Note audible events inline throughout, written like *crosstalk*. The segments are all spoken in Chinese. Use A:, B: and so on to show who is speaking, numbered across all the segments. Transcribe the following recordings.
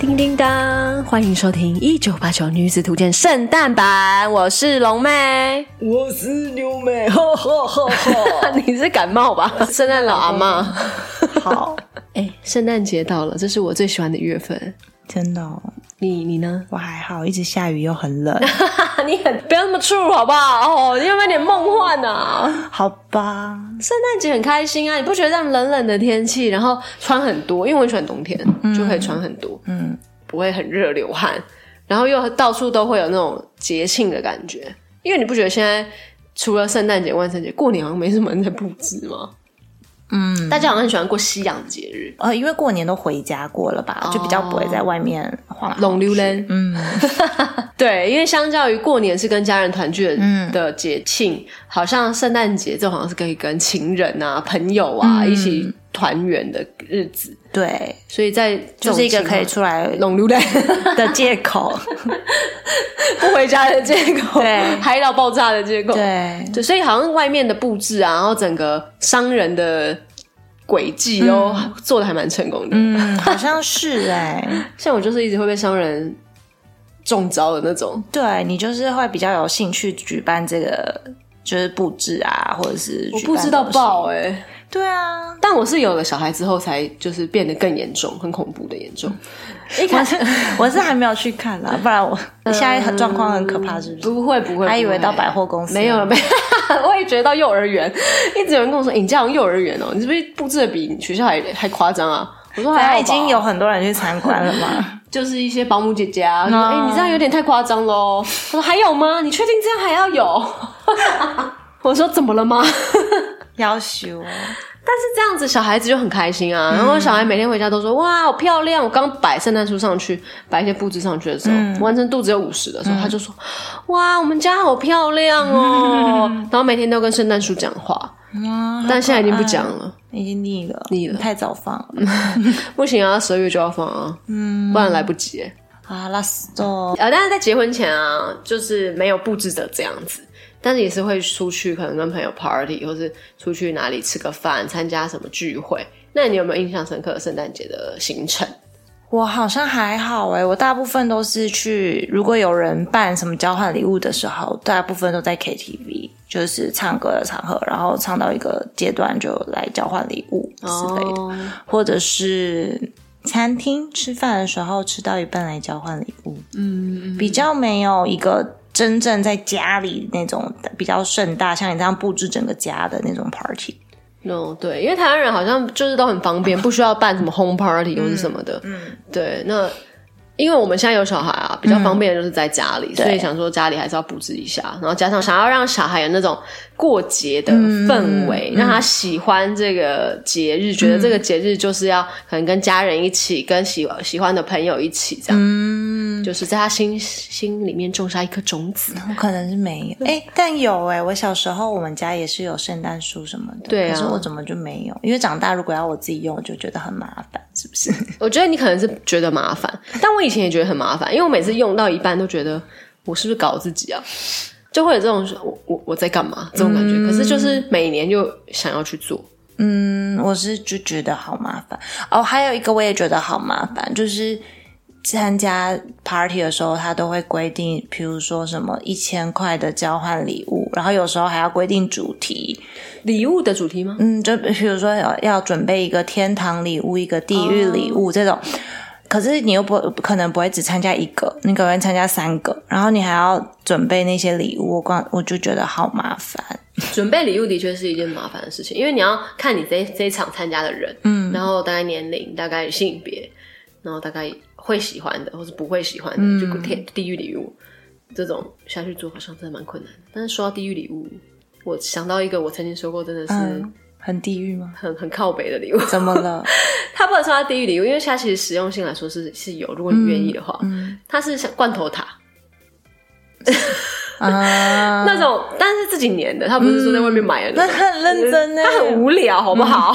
A: 叮叮当，欢迎收听《一九八九女子图鉴》圣诞版，我是龙妹。
B: 我是牛妹，哈哈哈哈！
A: *laughs* 你是感冒吧？ *laughs* 圣诞老阿妈。
B: *laughs* 好，
A: 哎、圣诞节到了，这是我最喜欢的月份。
B: 真的、哦，
A: 你你 *laughs* 呢？
B: 我还好，一直下雨又很 *laughs* 冷，
A: 啊你很不要那么 true 好不好？哦，你有没有点梦幻啊？
B: 好吧？
A: 圣诞节很开心啊，你不觉得这样冷冷的天气，然后穿很多，因为我很喜欢冬天，就可以穿很多，
B: 嗯，
A: 不会很热流汗，然后又到处都会有那种节庆的感觉，因为你不觉得现在除了圣诞节、万圣节，过年好像没什么人在布置吗？嗯，大家好像很喜欢过西洋节日，
B: 呃，因为过年都回家过了吧，就比较不会在外面晃来晃
A: 龙溜人。
B: 啊嗯，
A: *laughs* 对，因为相较于过年是跟家人团聚的、
B: 嗯
A: 的节庆，好像圣诞节这好像是可以跟情人啊、朋友啊、
B: 嗯
A: 一起团圆的日子，
B: 对，
A: 所以在这
B: 就
A: 种
B: 是一个
A: 情况
B: 可以出来
A: 拢溜蛋
B: 的借口。
A: *laughs* 不回家的借口，
B: 对
A: 嗨到爆炸的借口，
B: *laughs* 对，
A: 对，所以好像外面的布置啊，然后整个商人的轨迹都做的还蛮成功的。
B: 嗯，好像是哎、 *laughs*
A: 像我就是一直会被商人中招的那种，
B: 对你就是会比较有兴趣举办这个，就是布置啊，或者是
A: 我
B: 举办
A: 不知道
B: 东西
A: 爆哎、
B: 对啊，
A: 但我是有了小孩之后才就是变得更严重，很恐怖的严重。
B: 嗯
A: 一开始
B: 我是还没有去看啦，不然 *laughs* 我现在很状况很可怕，是不 *laughs* 是？
A: 不会不会，
B: 还以
A: 不会
B: 为到百货公司啊
A: 没有了 *laughs* 没有，我也觉得到幼儿园，一直有人跟我说、欸：“你家好像幼儿园哦，你是不是布置的比你学校还还夸张啊？”我说：“还好
B: 反
A: 吧
B: 正已经有很多人去参观了嘛。
A: 就是一些保姆姐姐
B: 嗯
A: 啊，就说：‘哎、你这样有点太夸张喽。’我说：‘还有吗？你确定这样还要有？’ *laughs* 我说：‘怎么了吗？’
B: *laughs*
A: *laughs*
B: 要哦求
A: 但是这样子，小孩子就很开心啊。然后小孩每天回家都说：“哇，好漂亮！”我刚摆圣诞树上去，摆一些布置上去的时候，完成度只有五十的时候，他就说：“哇，我们家好漂亮哦！”然后每天都跟圣诞树讲话，
B: 哇，
A: 但现在已经不讲了。
B: 啊已经腻了，
A: 腻了
B: 太早放了。
A: 不行啊，十二月就要放啊，不然来不及。
B: 啊，last door，
A: 呃，但是在结婚前啊，就是没有布置的这样子，但是也是会出去，可能跟朋友 party，或是出去哪里吃个饭，参加什么聚会。那你有没有印象深刻的圣诞节的行程？
B: 我好像还好欸诶、我大部分都是去，如果有人办什么交换礼物的时候，大部分都在 KTV，就是唱歌的场合，然后唱到一个阶段就来交换礼物之类的，
A: 哦
B: 或者是餐厅吃饭的时候吃到一半来交换礼物，嗯，比较没有一个真正在家里那种比较盛大，像你这样布置整个家的那种 party。
A: no，对，因为台湾人好像就是都很方便，不需要办什么 home party 或是什么的。嗯，对，那。因为我们现在有小孩啊，比较方便的就是在家里，所以想说家里还是要布置一下，然后加上想要让小孩有那种过节的氛围，让他喜欢这个节日，觉得这个节日就是要可能跟家人一起，跟喜喜欢的朋友一起这样，嗯，就是在他心心里面种下一颗种子。
B: 我可能是没有，哎、但有哎、我小时候我们家也是有圣诞树什么的，
A: 对啊
B: 可是我怎么就没有？因为长大如果要我自己用，我就觉得很麻烦，是不是？
A: 我觉得你可能是觉得麻烦，但我以前也觉得很麻烦，因为我每次用到一半都觉得我是不是搞自己啊，就会有这种我我我在干嘛这种感觉。可是就是每年就想要去做，
B: 嗯，我是就觉得好麻烦。哦，还有一个我也觉得好麻烦，就是参加 party 的时候，他都会规定，比如说什么一千块的交换礼物，然后有时候还要规定主题。
A: 礼物的主题吗？
B: 嗯，就比如说要要准备一个天堂礼物，一个地狱礼物、这种。可是你又不可能不会只参加一个，你可能会参加三个，然后你还要准备那些礼物，我光我就觉得好麻烦。
A: 准备礼物的确是一件麻烦的事情，因为你要看你这这一场参加的人，嗯，然后大概年龄、大概性别，然后大概会喜欢的或是不会喜欢的，就天地狱礼物这种下去做好像真的蛮困难的。但是说到地狱礼物，我想到一个我曾经说过，真的是。
B: 嗯，很地狱吗？
A: 很很靠北的礼物。 *laughs*
B: 怎么 *laughs* 了？
A: 它不能说它地狱礼物，因为它其实实用性来说是是有，如果你愿意的话，它是像罐头塔、
B: 啊，
A: 那种，但是自己粘的，它不是说在外面买的
B: 那
A: 那种。
B: 很认真欸呢，
A: 它很无聊，好不好？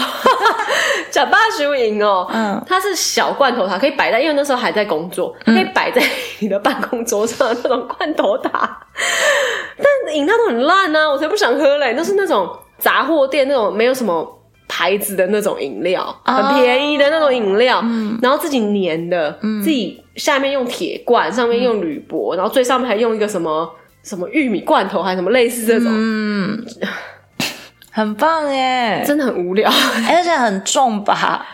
A: *laughs* 假八十赢哦，
B: 嗯
A: 它是小罐头塔，可以摆在，因为那时候还在工作，可以摆在你的办公桌上的那种罐头塔。 *laughs* 但饮料都很烂啊，我才不想喝嘞，都是那种杂货店那种没有什么牌子的那种饮料，
B: 啊
A: 很便宜的那种饮料，
B: 嗯
A: 然后自己粘的，自己下面用铁罐，上面用铝
B: 嗯
A: 箔，然后最上面还用一个什么什么玉米罐头，还是什么类似这
B: 嗯
A: 种，
B: 很棒哎、
A: 真的很无聊。
B: 而且哎很重吧？还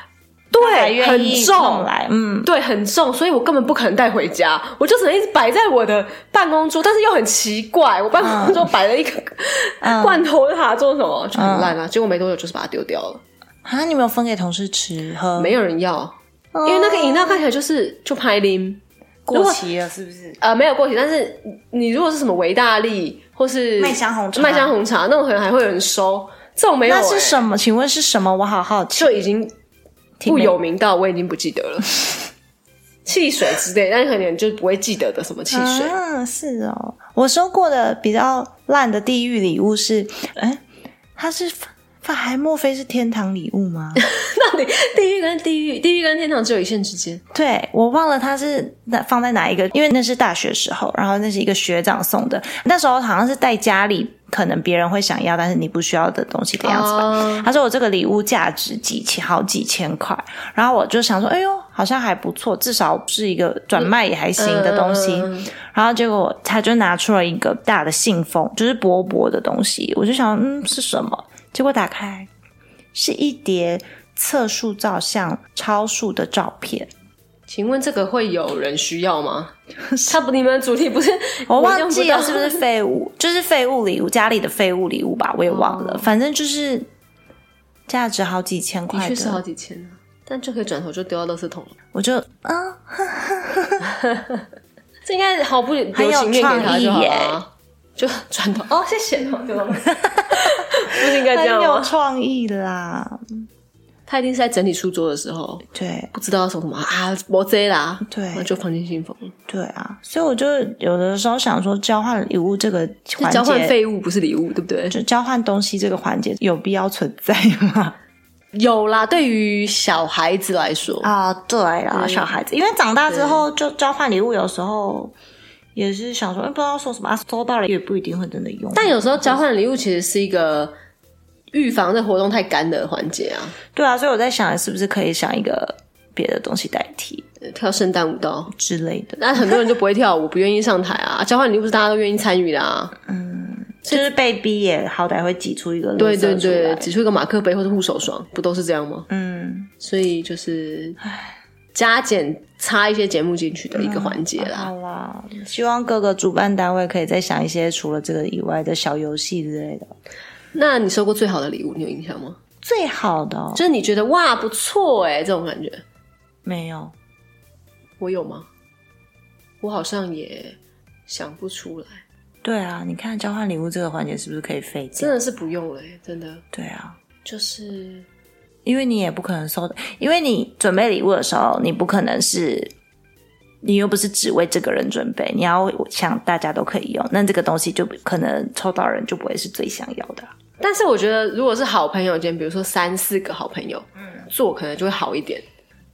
A: 对，
B: 愿
A: 很
B: 意送
A: 重，
B: 来，嗯，
A: 对，很重，所以我根本不可能带回家，我就只能一直摆在我的办公桌，但是又很奇怪，我办公桌摆了一个
B: *laughs* 嗯
A: 罐头塔做什么，就很烂啊。结果没多久就是把它丢掉了，
B: 啊，你没有分给同事吃喝？
A: 没有人要，因
B: 哦
A: 为那个饮料看起来就是就拍零。如
B: 过
A: 果
B: 期了是不是？
A: 呃，没有过期，但是你如果是什么维大利或是
B: 麦香红茶
A: 麦香红茶那种，可能还会有人收，这种没有、
B: 那
A: 欸，
B: 是什么？请问是什么？我好好奇。
A: 就已经不有名到我已经不记得了。 *laughs* 汽水之类，但可能就不会记得的什么汽水，
B: 啊，是哦。我收过的比较烂的地狱礼物是，哎，它是法还莫非是天堂礼物吗？
A: 到底地狱跟地狱，地狱跟天堂只有一线之间。
B: 对我忘了它是那放在哪一个，因为那是大学时候，然后那是一个学长送的，那时候好像是带家里可能别人会想要，但是你不需要的东西的样子吧。
A: 哦
B: 他说我这个礼物价值几千好几千块，然后我就想说，哎呦，好像还不错，至少是一个转卖也还行的东西。
A: 嗯
B: 然后结果他就拿出了一个大的信封，就是薄薄的东西，我就想，嗯，是什么？结果打开是一叠测速照相超速的照片。
A: 请问这个会有人需要
B: *laughs*
A: 吗？他不，你们的主题不是
B: 我忘记了是不？
A: 用
B: 是
A: 到
B: 废物，就是废物礼物，家里的废物礼物吧，我也忘了，反正就是价值好几千
A: 的
B: 块
A: 确是
B: 哦的，
A: 好几千啊，但就可以转头就丢到垃圾桶了。
B: 我就啊，
A: *laughs* 这应该毫不留
B: 有
A: 情面给他
B: 创意
A: 就好
B: 耶
A: 了啊，就转 *laughs* 头哦，谢谢哦，对吧？
B: *laughs*
A: 不是应该这
B: 很
A: 样
B: 有
A: 吗？
B: 创意啦，
A: 他一定是在整理书桌的时候，
B: 对
A: 不知道要送什么啊，没这啦，
B: 对
A: 然后就放进信封。
B: 对啊，所以我就有的时候想说，交换礼物这个
A: 就
B: 环
A: 交换
B: 节，
A: 废物不是礼物，对不对？
B: 就交换东西这个环节有必要存在吗？ *laughs*
A: 有啦，对于小孩子来说，
B: 啊，对啦，小孩子，因为长大之后就交换礼物，有时候也是想说，哎，不知道送什么，啊收到了也不一定会真的用，
A: 但有时候交换礼物其实是一个预防这活动太干的环节啊，
B: 对啊，所以我在想，是不是可以想一个别的东西代替
A: 跳圣诞舞蹈。
B: 之类的，
A: 那很多人就不会跳舞，不愿意上台啊。交换礼物是大家都愿意参与的啊。
B: 就是被逼也好歹会挤出一个
A: 对
B: 对
A: 对对，挤出一个马克杯或者护手霜，不都是这样吗？
B: 嗯，
A: 所以就是加减插一些节目进去的一个环节啦。
B: 嗯好啦，希望各个主办单位可以再想一些除了这个以外的小游戏之类的。
A: 那你收过最好的礼物，你有印象吗？
B: 最好的、哦、
A: 就是你觉得哇不错哎、这种感觉，
B: 没有，
A: 我有吗？我好像也想不出来，
B: 对啊，你看交换礼物这个环节是不是可以废
A: 真
B: 掉？
A: 的是不用了、欸，真的
B: 对啊，
A: 就是
B: 因为你也不可能收，因为你准备礼物的时候，你不可能是。你又不是只为这个人准备，你要想大家都可以用，那这个东西就可能抽到人就不会是最想要的啊。
A: 但是我觉得，如果是好朋友间，比如说三四个好朋友，嗯，做可能就会好一点。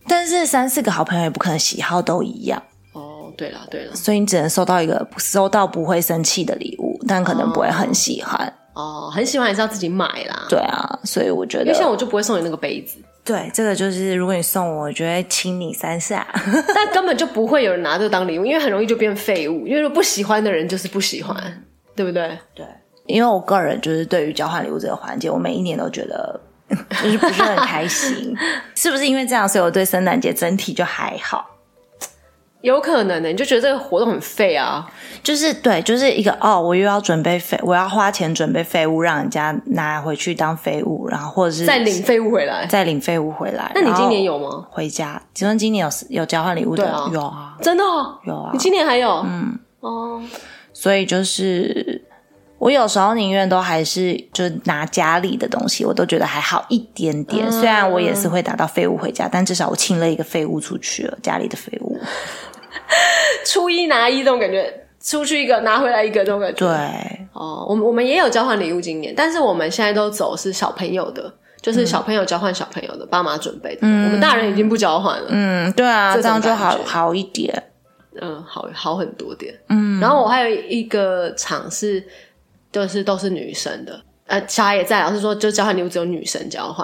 B: 但是三四个好朋友也不可能喜好都一样，
A: 哦，对了对了，
B: 所以你只能收到一个收到不会生气的礼物，但可能不会很喜欢。
A: 哦，很喜欢也是要自己买啦。
B: 对啊，所以我觉
A: 因为像
B: 得
A: 我就不会送你那个杯
B: *laughs*
A: 子，
B: 对这个就是，如果你送我，我就会亲你三下。
A: 但根本就不会有人拿这个当礼物，因为很容易就变废物。因为如果不喜欢的人就是不喜
B: 嗯
A: 欢，对不对？
B: 对，因为我个人就是对于交换礼物这个环节，我每一年都觉得 *laughs* 就是不是很开心，
A: *laughs*
B: 是不是因为这样，所以我对圣诞节整体就还好。
A: 有可能欸的、你就觉得这个活动很废啊。
B: 嗯就是对，就是一个哦，我又要准备废，我要花钱准备废物，让人家拿回去当废物，然后或者是
A: 再领废物回来。
B: 再领废物回来。
A: 那你今年
B: 有
A: 有吗？
B: 回家？请问今年有有交换礼物的？
A: 对啊
B: 有啊，
A: 真的、哦、
B: 有啊
A: 你。今年还有？嗯，哦，
B: 所以就是我有时候宁愿都还是就拿家里的东西，我都觉得还好一点
A: 嗯
B: 点。虽然我也是会拿到废物回家，但至少我清了一个废物出去了，家里的废物。
A: 初一拿一这种感觉，出去一个拿回来一个这种感觉。
B: 对，
A: 哦，我们我们也有交换礼物今年，但是我们现在都走是小朋友的，就是小朋友交换小朋友的，爸妈准备的。我们大人已经不交换了，嗯
B: 嗯，对啊，这
A: 种
B: 样就好
A: 感觉
B: 好一点。
A: 呃好好很多点。嗯，然后我还有一个场是，就是都是女生的，呃，小孩也在，老师说就交换礼物只有女生交换，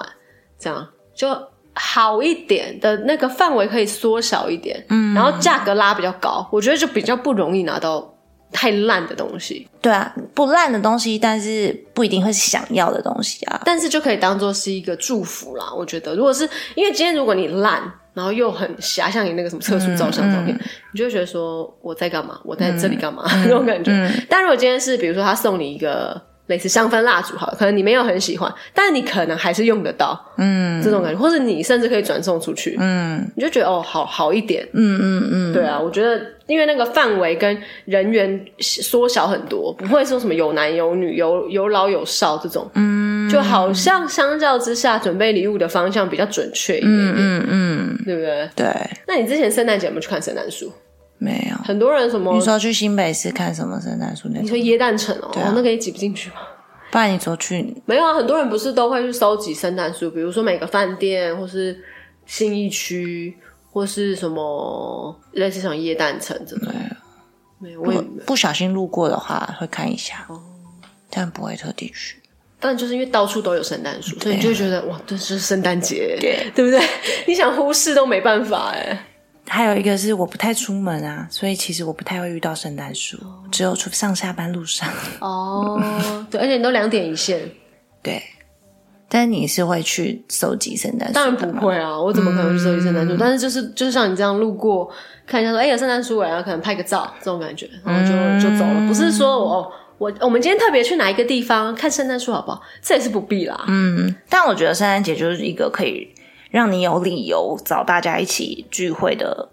A: 这样就好一点的那个范围可以缩小一点，嗯，然后价格拉比较高，我觉得就比较不容易拿到太烂的东西，
B: 对啊，不烂的东西，但是不一定会是想要的东西啊。
A: 但是就可以当做是一个祝福啦。我觉得，如果是因为今天如果你烂，然后又很遐想你那个什么测速照相照片，你就会觉得说我在干嘛？我在这里干嘛？那种感觉。但如果今天是比如说他送你一个类似香氛蜡烛，好了，可能你没有很喜欢，但你可能还是用得到，嗯，这种感觉，或者你甚至可以转送出去，嗯，你就觉得哦，好好一点，
B: 嗯嗯嗯，
A: 对啊，我觉得因为那个范围跟人员缩小很多，不会说什么有男有女、有有老有少这种，嗯，就好像相较之下，准备礼物的方向比较准确一点点，
B: 嗯嗯，
A: 对不对？
B: 对，
A: 那你之前圣诞节有没有去看圣诞树？
B: 没有。
A: 很多人什么
B: 你说去新北市看什么圣诞树那
A: 你说
B: 种？
A: 椰蛋城哦，
B: 啊
A: 哦那个也挤不进去吗？
B: 不然你说去
A: 没有啊，很多人不是都会去收集圣诞树，比如说每个饭店或是信义区或是什么类似像椰蛋城这种。没有，我也
B: 我不小心路过的话会看一下，
A: 哦
B: 但不会特地去。
A: 但就是因为到处都有圣诞树，所以你就会觉得哇，这就是圣诞节，
B: 对
A: 对不 *laughs* 对？你想忽视都没办法哎。
B: 还有一个是我不太出门啊，所以其实我不太会遇到圣诞树，只有出上下班路 *laughs* 上。
A: 哦，对，而且你都两点一线，
B: 对，但你是会去收集圣诞树？
A: 当然不。会啊，
B: 嗯
A: 我怎么可能去收集圣诞树？但是就是就是像你这样路过，看一下说，哎、有圣诞树哎，然后可能拍个照这种感觉，然后就、
B: 嗯
A: 就走了。不是说我哦，我我们今天特别去哪一个地方看圣诞树好不好？这也是不必啦。
B: 嗯但我觉得圣诞节就是一个可以让你有理由找大家一起聚会的。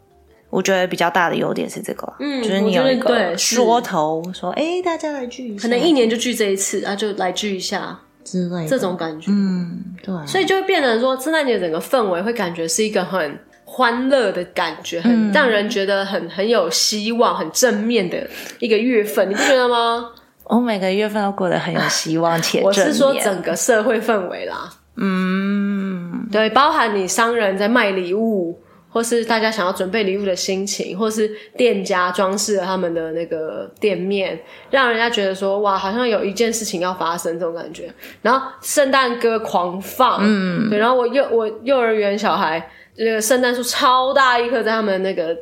B: 我觉得比较大的优点是这个啦，
A: 嗯
B: 就是你有一
A: 我觉得
B: 个
A: 对是
B: 说头，说哎、诶大家来聚一下，
A: 可能一年就聚这一次，啊，就来聚一下
B: 之类的
A: 这，种感觉。
B: 嗯，对啊，
A: 所以就会变成说，圣诞节整个氛围会感觉是一个很欢乐的感觉，
B: 嗯
A: 很让人觉得很很有希望、很正面的一个月份，你不觉得吗？
B: 我哦每个月份都过得很有希 *laughs* 望且
A: 我
B: 正
A: 是说
B: 面
A: 整个社会氛围啦，
B: 嗯，
A: 对，包含你商人在卖礼物，或是大家想要准备礼物的心情，或是店家装饰了他们的那个店面，让人家觉得说哇，好像有一件事情要发生这种感觉。然后圣诞歌狂放，嗯，对，然后我幼我幼儿园小孩那个圣诞树超大一棵在他们那个。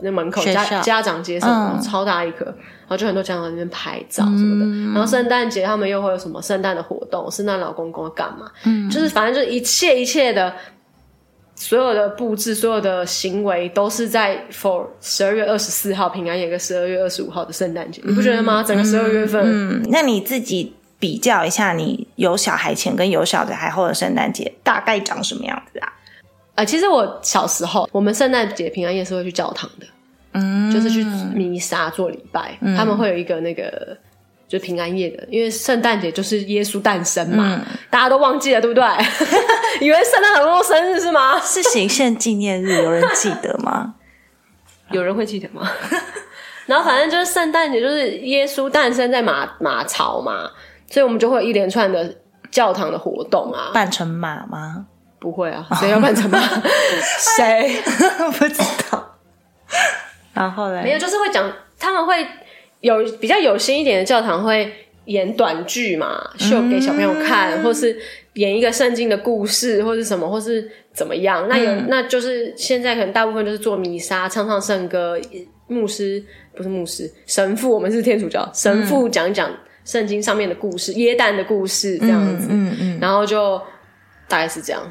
A: 那门口
B: 学
A: 家
B: 校
A: 家长接送、
B: 嗯
A: 超大一棵，然后就很多家长在那边拍照什么的。
B: 嗯
A: 然后圣诞节他们又会有什么圣诞的活动，圣诞老公公要干嘛？嗯，就是反正就是一切一切的所有的布置、所有的行为都是在 for 十二月二十四号平安夜跟十二月二十五号的圣诞节，你不觉得吗？整个十二月份，
B: 嗯，那你自己比较一下，你有小孩前跟有小孩后的圣诞节大概长什么样子啊？
A: 啊，其实我小时候，我们圣诞节、平安夜是会去教堂的，嗯，就是去弥撒做礼拜，他们会有一个那个。就平安夜的，因为圣诞节就是耶稣诞生嘛，大家都忘记了，对不对？ *laughs* 以为圣诞老公公生日是吗？
B: 是行宪纪念日，有人记得吗？
A: 有人会记得吗？ *laughs* 然后反正就是圣诞节，就是耶稣诞生在马马槽嘛，所以我们就会有一连串的教堂的活动啊。
B: *laughs* 扮成马吗？
A: 不会啊，谁要扮成马？谁？
B: *laughs* 不知道。然后
A: 没有，
B: 嘞，
A: 就是会讲，他们会有比较有心一点的教堂会演短剧嘛，秀给小朋友
B: 嗯
A: 看，或是演一个圣经的故事，或是什么，或是怎么样。那有，
B: 嗯
A: 那就是现在可能大部分就是做弥撒，唱唱圣歌，牧师不是牧师，神父，我们是天主教，神父讲一讲圣经上面的故事，耶诞的故事这样子，
B: 嗯嗯，
A: 然后就大概是这样。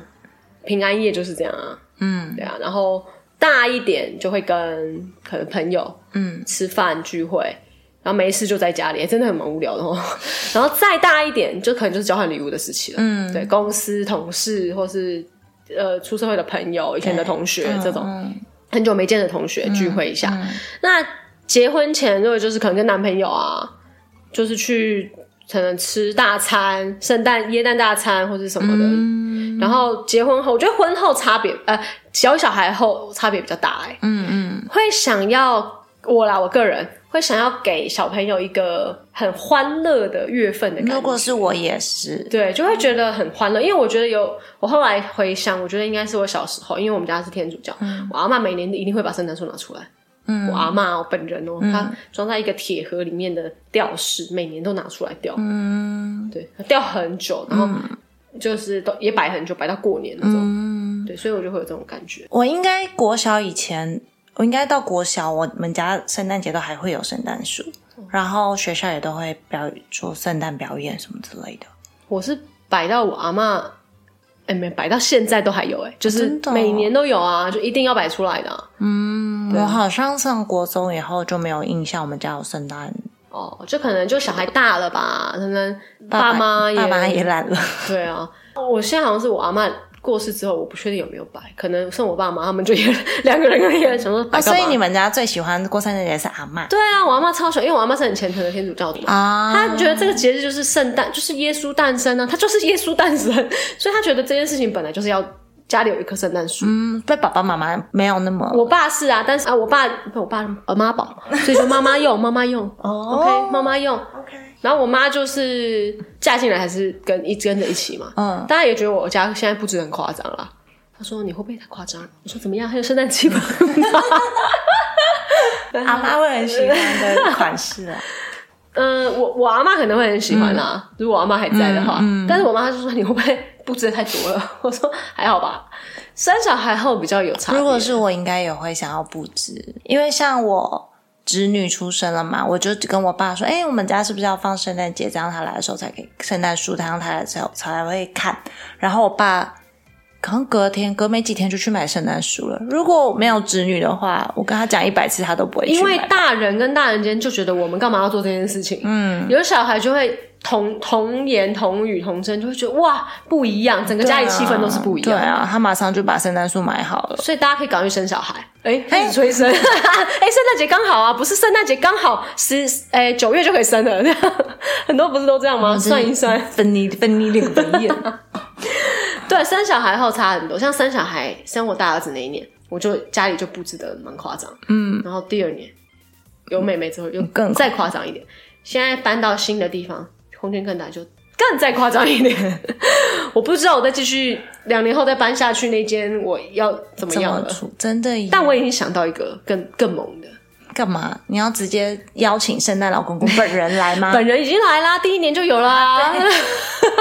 A: 平安夜就是这样啊，嗯，对啊，然后大一点就会跟可能朋友，嗯，吃饭聚会，然后没事就在家里，哎真的很蛮无聊的哦。 *laughs* 然后再大一点，就可能就是交换礼物的事情了，嗯，对，公司同事或是呃出社会的朋友、以前的同学这种，很久没见的同学聚会一下。那结婚前，如果就是可能跟男朋友啊，就是去可能吃大餐、圣诞耶诞大餐或是什么的。然后结婚后，我觉得婚后差别，呃，小小孩后差别比较大、欸，哎，嗯嗯，会想要我啦，我个人会想要给小朋友一个很欢乐的月份的感觉。
B: 如果是我也是，
A: 对，就会觉得很欢乐，因为我觉得有我后来回想，我觉得应该是我小时候，因为我们家是天主教，
B: 嗯
A: 我阿嬷每年一定会把圣诞树拿出来。嗯，我阿嬷我本人
B: 嗯
A: 哦，她装在一个铁盒里
B: 嗯
A: 面的吊饰，每年都拿出来吊。嗯，对，吊很久，然后就是都也摆很久，摆到过年那种。对，所以我就会有这种感觉。
B: 嗯我应该国小以前，我应该到国小，我们家圣诞节都还会有圣诞树，然后学校也都会表做圣诞表演什么之类的。
A: 我是摆到我阿嬷，哎、没摆到现在都还有哎、就是
B: 真的哦
A: 每年都有啊，就一定要摆出来的啊、
B: 我嗯好像上国中以后就没有印象我们家有圣诞，
A: 哦，就可能就小孩大了吧，可能
B: 爸
A: 妈也
B: 爸妈也
A: *laughs*
B: 懒了。
A: 对啊。我现在好像是我阿嬷过世之后，我不确定有没有摆，可能剩我爸妈他们就也两个人跟也想说摆
B: 啊，
A: 干
B: 所
A: 嘛、
B: 以你们家最喜欢过圣诞节是阿嬷
A: 对啊，我阿妈超喜欢，因为我阿妈是很虔诚的天主教徒嘛。
B: 啊
A: 他觉得这个节日就是圣诞，就是耶稣诞生啊，他就是耶稣诞生， *laughs* 所以他觉得这件事情本来就是要家里有一棵圣诞树。
B: 嗯， *laughs* 对爸爸妈妈没有那么
A: 我爸是啊，但是啊，我爸不我爸呃妈宝，所以就妈妈用，妈妈用，OK，妈妈用。
B: 哦 OK，
A: 然后我妈就是嫁进来还是跟一跟着一起嘛，
B: 嗯
A: 大家也觉得我家现在布置得很夸张啦。他说你会不会太夸张？我说怎么样？还有圣诞气氛？
B: 阿妈会很喜欢的款式啊。
A: *laughs* 嗯，我我阿妈可能会很喜欢啦、啊
B: 嗯
A: 如果我阿妈还在的话。但是我妈就说你会不会布置的太多了？我说还好吧，生小孩后比较有差别。
B: 如果是我，应该也会想要布置，因为像我侄女出生了嘛，我就跟我爸说：“哎、我们家是不是要放圣诞节？这样他来的时候才可以圣诞树，他让他来的时候才会看。”然后我爸可能隔天、隔没几天就去买圣诞树了。如果我没有侄女的话，我跟他讲一百次，他都不会去买。
A: 因为大人跟大人间就觉得我们干嘛要做这件事情？嗯，有小孩就会同同言同语同声，就会觉得哇不一样，整个家里气氛都是不一
B: 对
A: 样。
B: 啊，他马上就把圣诞树买好了。
A: 所以大家可以赶快去生小孩。哎，开始催
B: *laughs*
A: 生，哎，圣诞节刚好啊，不是圣诞节刚好十，哎，九月就可以生了，这 *laughs* 样很多不是都这样吗？算一算，
B: 分离分离那个分
A: *laughs*
B: 页，
A: 对，生小孩后差很多。像生小孩，生我大儿子那一年，我就家里就布置的蛮夸张，嗯，然后第二年有妹妹之后又
B: 更
A: 再夸张一点，现在搬到新的地方，空间更大，就更再夸张一点。 *laughs* 我不知道我再继续两年后再搬下去那间我要怎么
B: 怎
A: 样
B: 么
A: 了，
B: 出？真的耶？
A: 但我已经想到一个更更猛的，
B: 干嘛？你要直接邀请圣诞老公公本人来
A: *laughs*
B: 吗？
A: 本人已经来啦，第一年就有啦。 *laughs*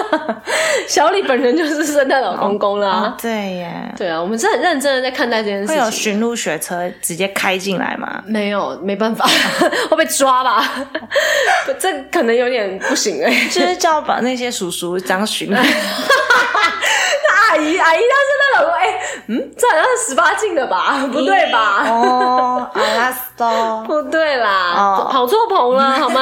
A: 小李本人就是圣诞老公公啦。
B: 哦对耶，
A: 对啊，我们是很认真的在看待这件事
B: 会
A: 情。
B: 有巡路学车直接开进
A: *laughs*
B: 来吗？
A: 没有，没办法，会被抓吧？ *laughs* 这可能有点不行哎、
B: 就是叫把那些叔叔
A: *laughs*
B: 当巡路，
A: 阿姨，阿姨，她是那老公哎、嗯，这好像是十八禁的吧？不对吧？
B: 哦，阿拉斯多，
A: 不对啦，
B: 哦
A: 跑错棚了好吗？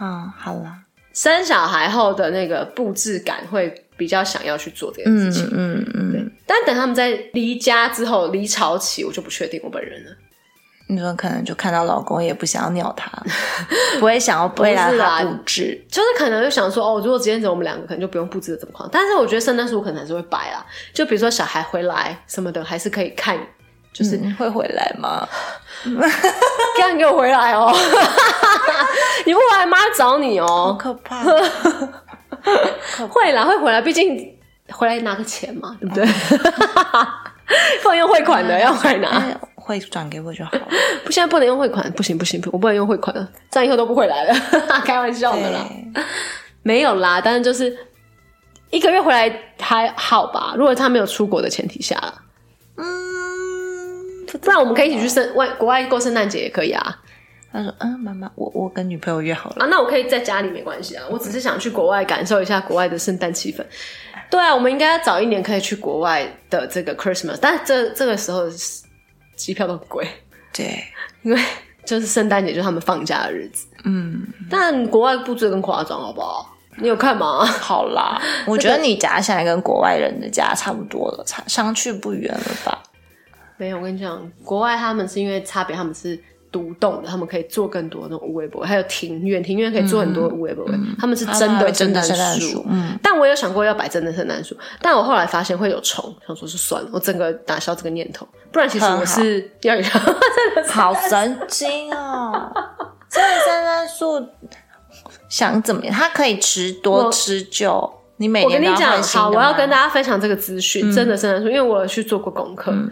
B: 嗯，好了，
A: 生小孩后的那个布置感会比较想要去做这件事情，
B: 嗯嗯，
A: 但等他们在离家之后离巢期，我就不确定我本人了。
B: 你说可能就看到老公也不想要鸟
A: *laughs*
B: 他，不会想要
A: 不
B: 为了
A: 是啦
B: 他布置，
A: 就是可能就想说，哦，如果今天只有我们两个，可能就不用布置的这么狂。但是我觉得圣诞树可能还是会摆啦，就比如说小孩回来什么的，还是可以看。就是
B: 嗯会回来吗？
A: 干给我回来哦！ *laughs* 你不回来，妈找你
B: 好
A: 哦。
B: 可
A: *laughs*
B: 怕，
A: 会啦，会回来，毕竟回来拿个钱嘛，对不对？
B: 嗯
A: *laughs* 不能用汇款的，要回来拿。
B: 哎会转给我就好了。
A: 不，现在不能用汇款，不行不行，不行我不能用汇款了，这样以后都不回来了。 *laughs* 开玩笑的啦。
B: 对
A: 没有啦，但是就是一个月回来还好吧，如果他没有出国的前提下啦，
B: 嗯，
A: 不然我们可以一起去圣外国外过圣诞节也可以啊。
B: 他说：“嗯，妈妈，我我跟女朋友约好了。
A: 啊，那我可以在家里没关系啊，我只是想去国外感受一下国外的圣诞气氛。对啊，我们应该早一年可以去国外的这个 Christmas，但这这个时候机票都很贵，” *laughs*
B: 对，
A: 因为就是圣诞节就是他们放假的日子。
B: 嗯，
A: 但国外布置得更夸张，好不好？你有看吗？
B: 好啦，我觉得你家现在跟国外人的家差不多了，差相去不远了吧？
A: 没有，我跟你讲，国外他们是因为差别，他们是独栋的，他们可以做更多那种无微博，还有庭院，庭院可以做很多无微博，他们是真
B: 嗯啊他们
A: 的
B: 会真的
A: 圣诞
B: 圣诞树嗯
A: 但我有想过要摆真的圣诞树，但我后来发现会有虫，想说是算了，我整个打消这个念头。不然其实
B: 很好
A: 我是要有真的是
B: *laughs* 好神
A: *laughs*
B: 经哦！这个圣诞树想怎么样？它可以持多
A: 我
B: 持久？哎你每
A: 我跟
B: 年
A: 你
B: 都要
A: 讲，
B: 换新的嗯
A: 好，我要跟大
B: 家
A: 家分享这个资讯，真的圣诞树，因为我有去做过功课。
B: 嗯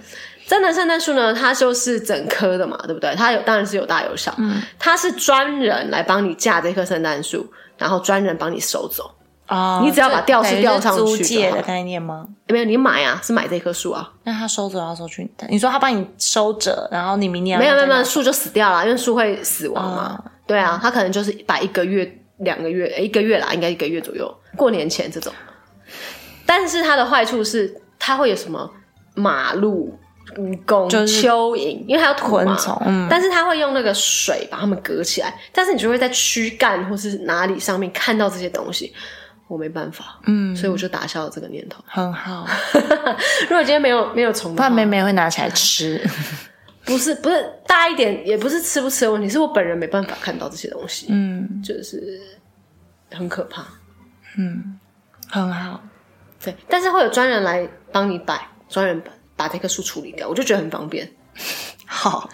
A: 真的圣诞树呢，它就是整棵的嘛，对不对？它有当然是有大有小，
B: 嗯
A: 它是专人来帮你架这棵圣诞树，然后专人帮你收走。
B: 哦，
A: 你只要把吊饰吊上去
B: 等
A: 就
B: 于
A: 好
B: 是租借的概念吗？
A: 没有，你买啊，是买这棵树啊，
B: 那他收走要收去，你说他帮你收着，然后你明年
A: 没有没有没有，
B: 有，
A: 树就死掉了，因为树会死亡嘛。
B: 哦
A: 对啊，它可能就是把一个月、两个月、诶一个月啦，应该一个月左右，过年前这种。但是它的坏处是，它会有什么马路、蜈蚣、
B: 就是
A: 蚯蚓，因为它要土嘛
B: 昆虫嗯
A: 但是它会用那个水把它们隔起来，但是你就会在躯干或是哪里上面看到这些东西。我没办法，嗯，所以我就打消了这个念头。 *laughs*
B: 很好，
A: 如果今天没有没有虫
B: 不
A: 的话，
B: 然妹妹会拿起来吃。
A: *laughs* 不是不是大一点，也不是吃不吃的问题，是我本人没办法看到这些东西，
B: 嗯，
A: 就是很可怕。
B: 很好，
A: 对，但是会有专人来帮你摆，专人把把这棵树处理掉，我就觉得很方便。
B: 好，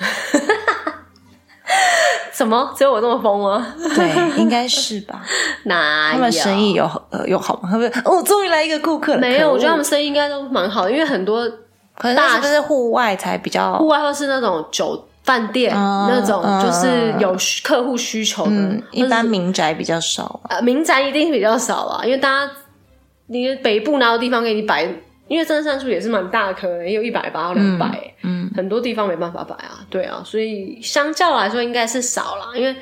A: 什么？只有我这么疯吗？ *laughs*
B: 对，应该是吧？
A: 哪有？
B: 他们生意有呃有好吗？会不会？哦，终于来一个顾客了。
A: 没有，
B: 可恶
A: 我觉得他们生意应该都蛮好的，因为很多
B: 可是
A: 大
B: 那是不是户外才比较
A: 户外或是那种酒饭店、
B: 嗯
A: 那种，
B: 嗯
A: 就是有需客户需求的，
B: 嗯，一般民宅比较少啊吧？
A: 呃，民宅一定比较少啊，因为大家，你北部哪有地方给你摆？因为真山树也是蛮大棵的，也有一百八、两百，嗯，很多地方没办法摆啊，对啊，所以相较来说应该是少啦，因为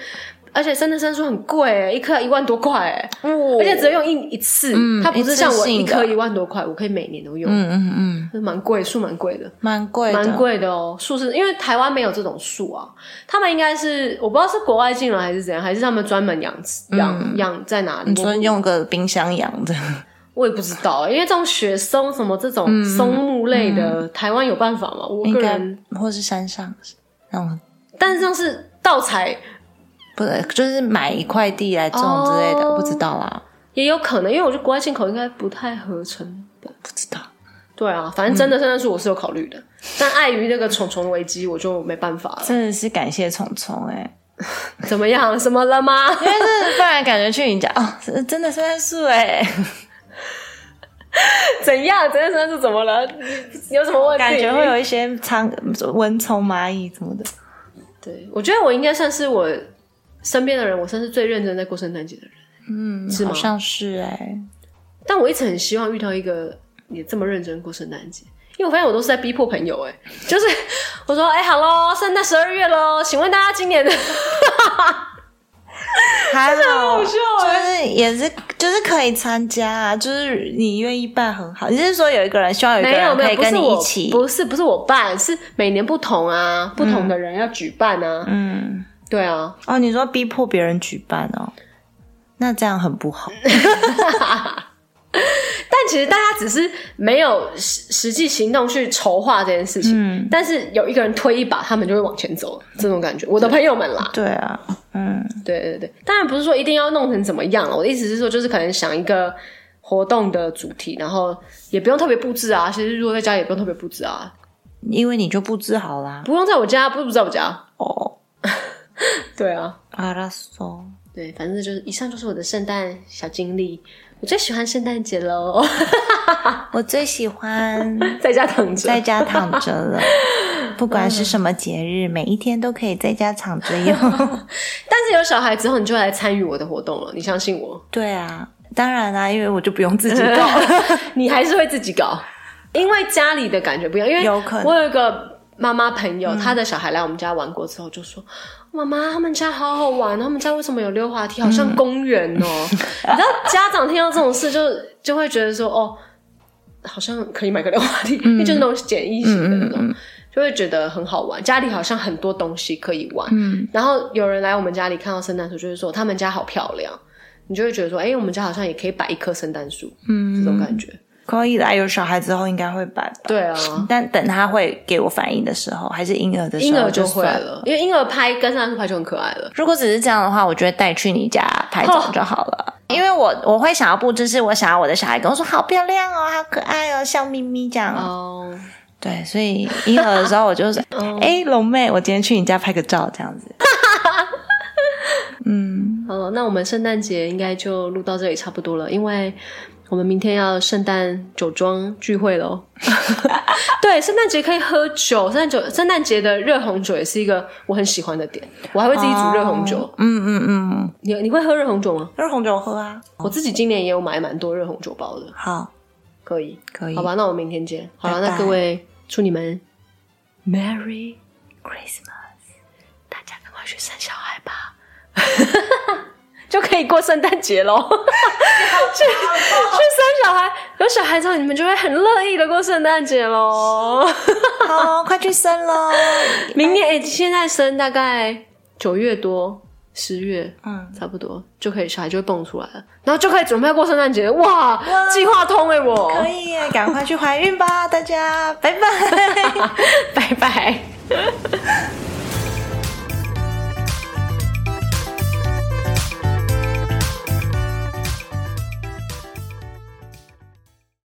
A: 而且真的山树很贵、欸，一棵一万多块、欸，
B: 嗯
A: 而且只能用一一次，它不是像我
B: 哦一次
A: 一
B: 性的
A: 棵一万多块，我可以每年都用，
B: 嗯嗯嗯，
A: 就是蛮贵，树蛮贵的。
B: 蛮贵的，
A: 蛮贵的哦，树是因为台湾没有这种树啊，他们应该是我不知道是国外进来还是怎样，还是他们专门养
B: 嗯
A: 养养在哪里？
B: 你说
A: 我
B: 用个冰箱养的，
A: 我也不知道，因为这种雪松什么这种松木类的，台湾有办法吗？我
B: 嗯应
A: 个
B: 该
A: 人，
B: 或是山上那种，
A: 但是这种是盗采
B: 不是就是买一块地来种之类的，
A: 哦
B: 不知道啊啦，
A: 也有可能，因为我觉得国外进口应该不太合成吧。
B: 不知道。
A: 对啊，反正真的圣诞树我是有考虑的，
B: 嗯
A: 但碍于那个虫虫危机，我就没办法了。
B: 真的是感谢虫虫 *laughs* 哎，
A: 怎么样？什么了吗？ *laughs*
B: 但是不然感觉去你家哦，是真的圣诞树哎，
A: 怎样？真的圣诞树怎么了？你有什么问题？
B: 感觉会有一些苍蚊虫、蚂蚁什么的。
A: 对，我觉得我应该算是我身边的人，我算是最认真在过圣诞节的人。
B: 嗯，
A: 是吗
B: 好像是哎，
A: 但我一直很希望遇到一个也这么认真过圣诞节，因为我发现我都是在逼迫朋友、欸。哎，就是我说，哎、好喽，圣诞十二月喽，请问大家今年的
B: 还好，
A: 好笑欸
B: 就是也是就是可以参加啊，就是你愿意办很好。你是说有一个人希望有一个
A: 没有
B: 人
A: 没有，
B: 啊可以
A: 不
B: 跟
A: 是
B: 你一
A: 我
B: 起，
A: 不是不是我办，是每年不同啊，不同的人要举办啊。
B: 嗯，
A: 对啊，
B: 哦，你说逼迫别人举办哦，那这样很不好。
A: 但其实大家只是没有实实际行动去筹划这件事情，
B: 嗯
A: 但是有一个人推一把，他们就会往前走，这种感觉。我的朋友们啦，
B: 对
A: *laughs*
B: 啊，嗯，
A: 对对对，当然不是说一定要弄成怎么样了。我的意思是说，就是可能想一个活动的主题，然后也不用特别布置啊。其实如果在家也不用特别布置啊，
B: 因为你就布置好啦。
A: 不用在我家，不是不在我家。
B: 哦，
A: *laughs* 对啊，
B: 阿拉索，
A: 对，反正就是以上就是我的圣诞小经历。我最喜欢圣诞节喽，
B: 我最喜欢
A: *laughs* 在家躺着
B: 在。家躺着了。不管是什么节日，每一天都可以在家躺着
A: *laughs*
B: 用。
A: 但是有小孩之后，你就会来参与我的活动了。你相信我，
B: 对啊，当然啦、因为我就不用自己
A: *laughs*
B: 搞。
A: 你还是会自己搞，因为家里的感觉不一样。因为
B: 有可能嗯
A: 我有一个妈妈朋友，她的小孩来我们家玩过之后，就说：“妈妈，他们家好好玩，他们家为什么有溜滑梯，好
B: 嗯
A: 像公园哦？”
B: *laughs*
A: 你知道，家长听到这种事就，就会觉得说：“哦，好像可以买个溜滑梯，
B: 嗯
A: 因为就是那种简易型的那种。就会觉得很好玩，家里好像很多东西可以玩。嗯，然后有人来我们家里看到圣诞树，就是说他们家好漂亮，你就会觉得说，哎、我们家好像也可以摆一棵圣诞树，嗯，这种感觉。
B: 可以啦，有小孩之后应该会摆吧。
A: 对
B: *laughs*
A: 啊，
B: 但等他会给我反应的时候，还是婴儿的时候，
A: 婴儿就会
B: 算。
A: 了，因为婴儿拍跟上树拍就很可爱了。
B: 如果只是这样的话，我就会带去你家拍照
A: 哦
B: 就好了。因为我我会想要布置，是我想要我的小孩跟我说好漂亮哦，好可爱哦，笑眯眯这样。
A: 哦，
B: 对，所以婴儿的时候我就是，
A: *laughs* 嗯
B: 哎、龙妹，我今天去你家拍个照这样子。
A: 好，那我们圣诞节应该就录到这里差不多了，因为我们明天要圣诞酒庄聚会
B: *laughs*
A: 喽。对，圣诞节可以喝酒，圣诞酒圣诞节的热红酒也是一个我很喜欢的点，我还会自己煮热红酒。
B: 嗯嗯嗯，
A: 你你会喝热红酒吗？
B: 热红酒喝啊，
A: 我自己今年也有买蛮多热红酒包的，
B: 好，
A: 可以，
B: 可以
A: 好吧，那我们明天见。好了，
B: 拜拜
A: 那各位祝你们 Merry，
B: ，Christmas， *laughs*
A: 大家赶快去生小孩吧， *laughs* 就可以过圣诞节喽。 *laughs* 去去生小孩，有小孩之后你们就会很乐意的过圣诞节喽。
B: 好，快去生喽，
A: 明年哎、现在生大概九月多、十月，
B: 嗯，
A: 差不多就可以小孩就会蹦出来了，然后就可以准备过圣诞节。哇， *laughs* 计划通哎、我。
B: 可以耶，赶快去怀孕吧，大家，拜拜。